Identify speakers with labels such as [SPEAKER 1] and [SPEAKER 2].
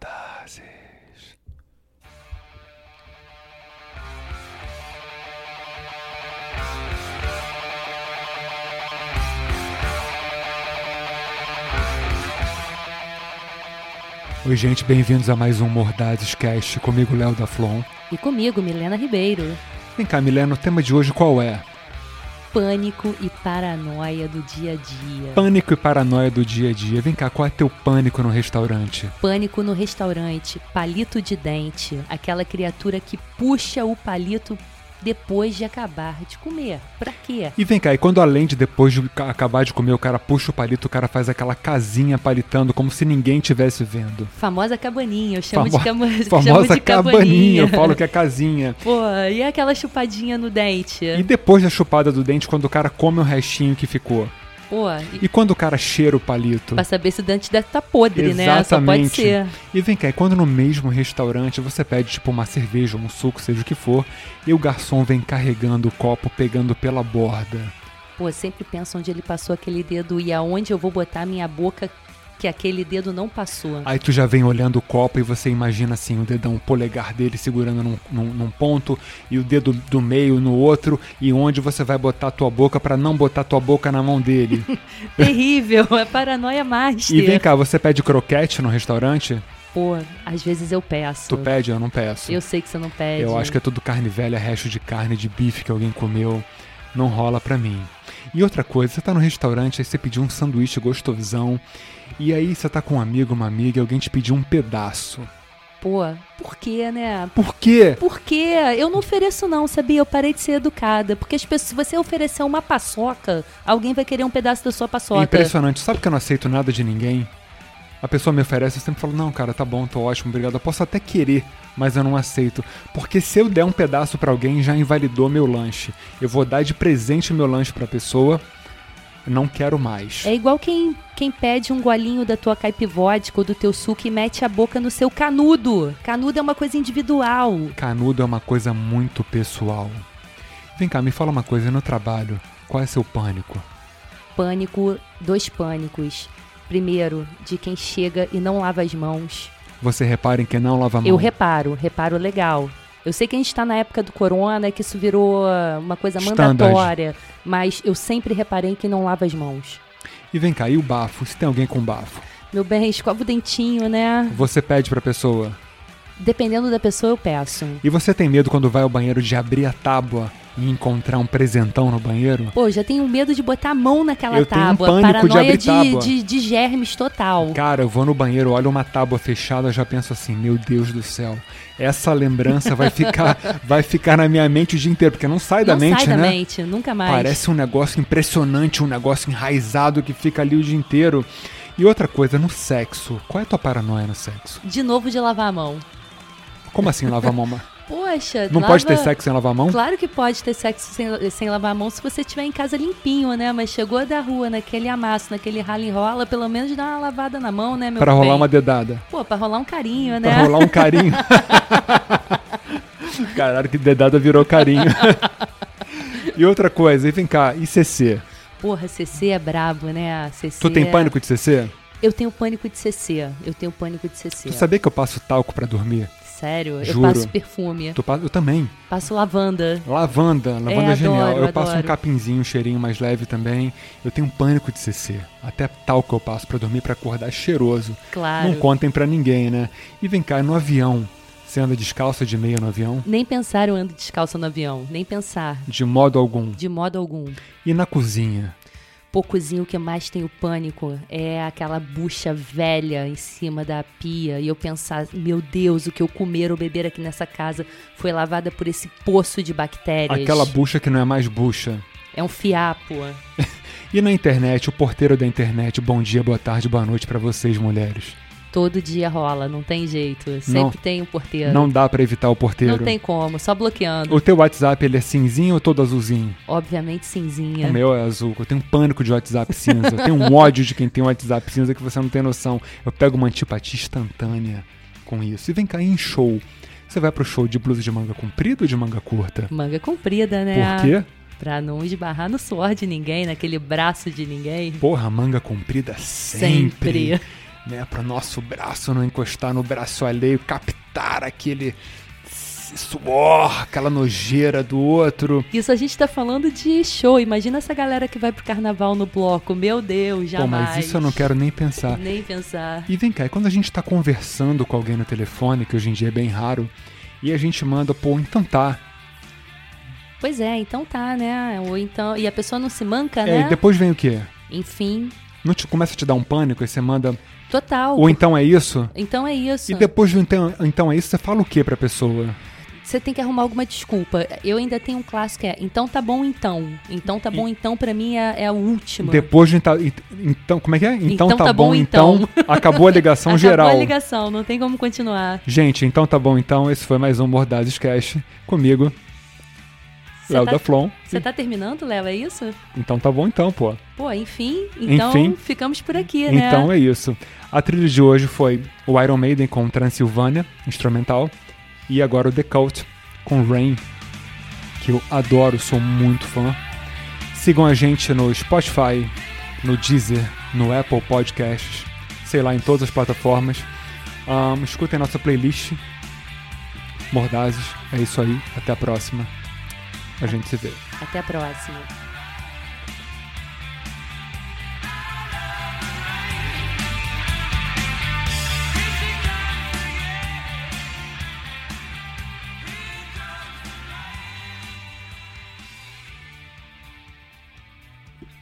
[SPEAKER 1] Audazes. Oi, gente, bem-vindos a mais um Mordazes Cast comigo, Léo da Flon.
[SPEAKER 2] E comigo, Milena Ribeiro.
[SPEAKER 1] Vem cá, Milena, o tema de hoje qual é?
[SPEAKER 2] Pânico e paranoia do dia a dia.
[SPEAKER 1] Pânico e paranoia do dia a dia. Vem cá, qual é teu pânico no restaurante?
[SPEAKER 2] Pânico no restaurante, palito de dente, aquela criatura que puxa o palito depois de acabar de comer. Pra quê?
[SPEAKER 1] E vem cá, e quando além de depois de ca- acabar de comer, o cara puxa o palito, o cara faz aquela casinha palitando como se ninguém tivesse vendo.
[SPEAKER 2] Famosa cabaninha, eu chamo de,
[SPEAKER 1] Famo-
[SPEAKER 2] cama... chamo
[SPEAKER 1] Famosa
[SPEAKER 2] de cabaninha.
[SPEAKER 1] cabaninha, eu falo que é casinha.
[SPEAKER 2] Pô, e aquela chupadinha no dente?
[SPEAKER 1] E depois da chupada do dente, quando o cara come o restinho que ficou?
[SPEAKER 2] Pô, e...
[SPEAKER 1] E quando o cara cheira o palito?
[SPEAKER 2] pra saber se o dente deve tá podre, né? Só pode
[SPEAKER 1] Exatamente.
[SPEAKER 2] ser.
[SPEAKER 1] E vem cá, e quando no mesmo restaurante você pede tipo uma cerveja, um suco, seja o que for, e o garçom vem carregando o copo, pegando pela borda.
[SPEAKER 2] Pô, eu sempre penso onde ele passou aquele dedo e aonde eu vou botar minha boca que aquele dedo não passou.
[SPEAKER 1] Aí tu já vem olhando o copo e você imagina assim, o dedão, o polegar dele segurando num, num- num ponto e o dedo do meio no outro, e onde você vai botar a tua boca pra não botar a tua boca na mão dele.
[SPEAKER 2] Terrível, é paranoia master.
[SPEAKER 1] e vem cá, você pede croquete no restaurante?
[SPEAKER 2] Pô, às vezes eu peço.
[SPEAKER 1] Tu pede? Eu não peço.
[SPEAKER 2] Eu sei que você não pede.
[SPEAKER 1] Eu acho que é tudo carne velha, resto de carne de bife que alguém comeu. Não rola pra mim. E outra coisa, você tá no restaurante, aí você pediu um sanduíche gostosão, e aí você tá com um amigo, uma amiga, e alguém te pediu um pedaço.
[SPEAKER 2] Pô, por quê, né?
[SPEAKER 1] Por quê?
[SPEAKER 2] Por quê? Eu não ofereço não, sabia? Eu parei de ser educada. Porque as pessoas, se você oferecer uma paçoca, alguém vai querer um pedaço da sua
[SPEAKER 1] É
[SPEAKER 2] paçoca.
[SPEAKER 1] impressionante. Sabe que eu não aceito nada de ninguém? A pessoa me oferece, eu sempre falo, não, cara, tá bom, tô ótimo, obrigado. Eu posso até querer, mas eu não aceito. Porque se eu der um pedaço pra alguém, já invalidou meu lanche. Eu vou dar de presente meu lanche pra pessoa, não quero mais.
[SPEAKER 2] É igual quem, quem pede um golinho da tua caipivódica ou do teu suco e mete a boca no seu canudo. Canudo é uma coisa individual.
[SPEAKER 1] Canudo é uma coisa muito pessoal. Vem cá, me fala uma coisa, no trabalho, qual é seu pânico?
[SPEAKER 2] Pânico, dois pânicos. Primeiro, de quem chega e não lava as mãos.
[SPEAKER 1] Você repara em que não lava a mão.
[SPEAKER 2] Eu reparo, reparo legal. Eu sei que a gente tá na época do corona, que isso virou ah, uma coisa
[SPEAKER 1] Standard.
[SPEAKER 2] mandatória, mas eu sempre reparei que não lava as mãos.
[SPEAKER 1] E vem cá, e o bafo? Se tem alguém com bafo,
[SPEAKER 2] Meu bem, escova o dentinho, né?
[SPEAKER 1] você pede pra pessoa.
[SPEAKER 2] Dependendo da pessoa, eu peço.
[SPEAKER 1] E você tem medo quando vai ao banheiro de abrir a tábua e encontrar um presentão no banheiro?
[SPEAKER 2] Pô, já tenho medo de botar a mão naquela
[SPEAKER 1] Eu tenho um
[SPEAKER 2] tábua.
[SPEAKER 1] pânico de
[SPEAKER 2] Paranoia
[SPEAKER 1] abrir tábua.
[SPEAKER 2] de, de germes total.
[SPEAKER 1] Cara, eu vou no banheiro, olho uma tábua fechada, já penso assim, meu Deus do céu, essa lembrança vai ficar, vai ficar na minha mente o dia inteiro, porque não sai da
[SPEAKER 2] não
[SPEAKER 1] mente,
[SPEAKER 2] sai da
[SPEAKER 1] né?
[SPEAKER 2] mente, nunca mais.
[SPEAKER 1] Parece um negócio impressionante, um negócio enraizado que fica ali o dia inteiro. E outra coisa, no sexo, qual é a tua paranoia no sexo?
[SPEAKER 2] De novo de lavar a mão.
[SPEAKER 1] Como assim lavar a mão?
[SPEAKER 2] Poxa,
[SPEAKER 1] Não
[SPEAKER 2] lava-
[SPEAKER 1] pode ter sexo sem lavar a mão?
[SPEAKER 2] Claro que pode ter sexo sem, sem lavar a mão se você estiver em casa limpinho, né? Mas chegou da rua, naquele amasso, naquele rala e rola, pelo menos dá uma lavada na mão, né, meu
[SPEAKER 1] Pra
[SPEAKER 2] bem?
[SPEAKER 1] rolar uma dedada.
[SPEAKER 2] Pô, pra rolar um carinho, né?
[SPEAKER 1] Pra rolar um carinho. Caralho, que dedada virou carinho. e outra coisa, e vem cá, e CC?
[SPEAKER 2] Porra, CC é brabo, né? CC
[SPEAKER 1] um Tu tem
[SPEAKER 2] é-
[SPEAKER 1] pânico de CC?
[SPEAKER 2] Eu tenho pânico de CC. Eu tenho pânico de CC.
[SPEAKER 1] Tu sabia que eu passo talco pra dormir?
[SPEAKER 2] Sério,
[SPEAKER 1] Juro.
[SPEAKER 2] eu passo perfume,
[SPEAKER 1] Tu pa- Eu também.
[SPEAKER 2] passo lavanda.
[SPEAKER 1] Lavanda, lavanda
[SPEAKER 2] adoro,
[SPEAKER 1] é genial. eu passo
[SPEAKER 2] adoro.
[SPEAKER 1] um capinzinho, um cheirinho mais leve também. Eu tenho pânico de CC. Até talco eu passo pra dormir pra acordar cheiroso.
[SPEAKER 2] Claro.
[SPEAKER 1] Não contem pra ninguém, né? E vem cá, no avião. Você anda descalça de meia no avião?
[SPEAKER 2] Nem pensar eu ando descalça no avião. Nem pensar.
[SPEAKER 1] De modo algum.
[SPEAKER 2] De modo algum.
[SPEAKER 1] E na cozinha?
[SPEAKER 2] Poucozinho que eu mais tenho pânico é aquela bucha velha em cima da pia e eu pensar, meu Deus, o que eu comer ou beber aqui nessa casa foi lavada por esse poço de bactérias.
[SPEAKER 1] Aquela bucha que não é mais bucha.
[SPEAKER 2] É um fiapo.
[SPEAKER 1] E na internet, o porteiro da internet, bom dia, boa tarde, boa noite pra vocês, mulheres.
[SPEAKER 2] Todo dia rola, não tem jeito. Sempre
[SPEAKER 1] Não.
[SPEAKER 2] tem um porteiro.
[SPEAKER 1] Não dá pra evitar o porteiro.
[SPEAKER 2] Não tem como, só bloqueando.
[SPEAKER 1] O teu WhatsApp, ele é cinzinho ou todo azulzinho?
[SPEAKER 2] Obviamente cinzinha.
[SPEAKER 1] O meu é azul. Eu tenho pânico de WhatsApp cinza. Eu tenho um ódio de quem tem WhatsApp cinza que você não tem noção. Eu pego uma antipatia instantânea com isso. E vem cá em show. Você vai pro show de blusa de manga comprida ou de manga curta?
[SPEAKER 2] Manga comprida, né?
[SPEAKER 1] Por quê?
[SPEAKER 2] Pra não esbarrar no suor de ninguém, naquele braço de ninguém.
[SPEAKER 1] Porra, manga comprida sempre. né, para nosso braço não encostar no braço alheio, captar aquele suor, aquela nojeira do outro.
[SPEAKER 2] Isso a gente tá falando de show. Imagina essa galera que vai pro carnaval no bloco. Meu Deus,
[SPEAKER 1] Pô,
[SPEAKER 2] jamais.
[SPEAKER 1] mas isso eu não quero nem pensar.
[SPEAKER 2] Nem pensar.
[SPEAKER 1] E vem cá, e quando a gente tá conversando com alguém no telefone, que hoje em dia é bem raro, e a gente manda, pô, então tá.
[SPEAKER 2] Pois é, então tá, né? Ou então. E a pessoa não se manca,
[SPEAKER 1] É,
[SPEAKER 2] né?
[SPEAKER 1] e depois vem o quê?
[SPEAKER 2] Enfim,
[SPEAKER 1] Não te, começa a te dar um pânico e você manda,
[SPEAKER 2] total.
[SPEAKER 1] ou então é isso?
[SPEAKER 2] Então é isso.
[SPEAKER 1] E depois do então, então é isso, você fala o que pra pessoa?
[SPEAKER 2] Você tem que arrumar alguma desculpa. Eu ainda tenho um clássico que é então tá bom então. Então tá bom então pra mim é, é a última.
[SPEAKER 1] Depois do então, e- então, como é que é? Então, tá, bom, então, acabou a ligação
[SPEAKER 2] Acabou
[SPEAKER 1] geral.
[SPEAKER 2] a ligação, não tem como continuar.
[SPEAKER 1] Gente, então tá bom então, esse foi mais um Bordados Cash comigo,
[SPEAKER 2] Você
[SPEAKER 1] Léo
[SPEAKER 2] tá-
[SPEAKER 1] da Flon.
[SPEAKER 2] Você tá terminando, Léo, é isso?
[SPEAKER 1] Então tá bom então, pô.
[SPEAKER 2] Pô, enfim, então
[SPEAKER 1] Enfim.
[SPEAKER 2] ficamos por aqui, né?
[SPEAKER 1] Então é isso. A trilha de hoje foi o Iron Maiden com Transilvânia, instrumental, e agora o The Cult com Rain, que eu adoro, sou muito fã. Sigam a gente no Spotify, no Deezer, no Apple Podcasts, sei lá, em todas as plataformas. Ahn, escutem nossa playlist. Mordazes, é isso aí. Até a próxima. A gente se vê.
[SPEAKER 2] Até a próxima.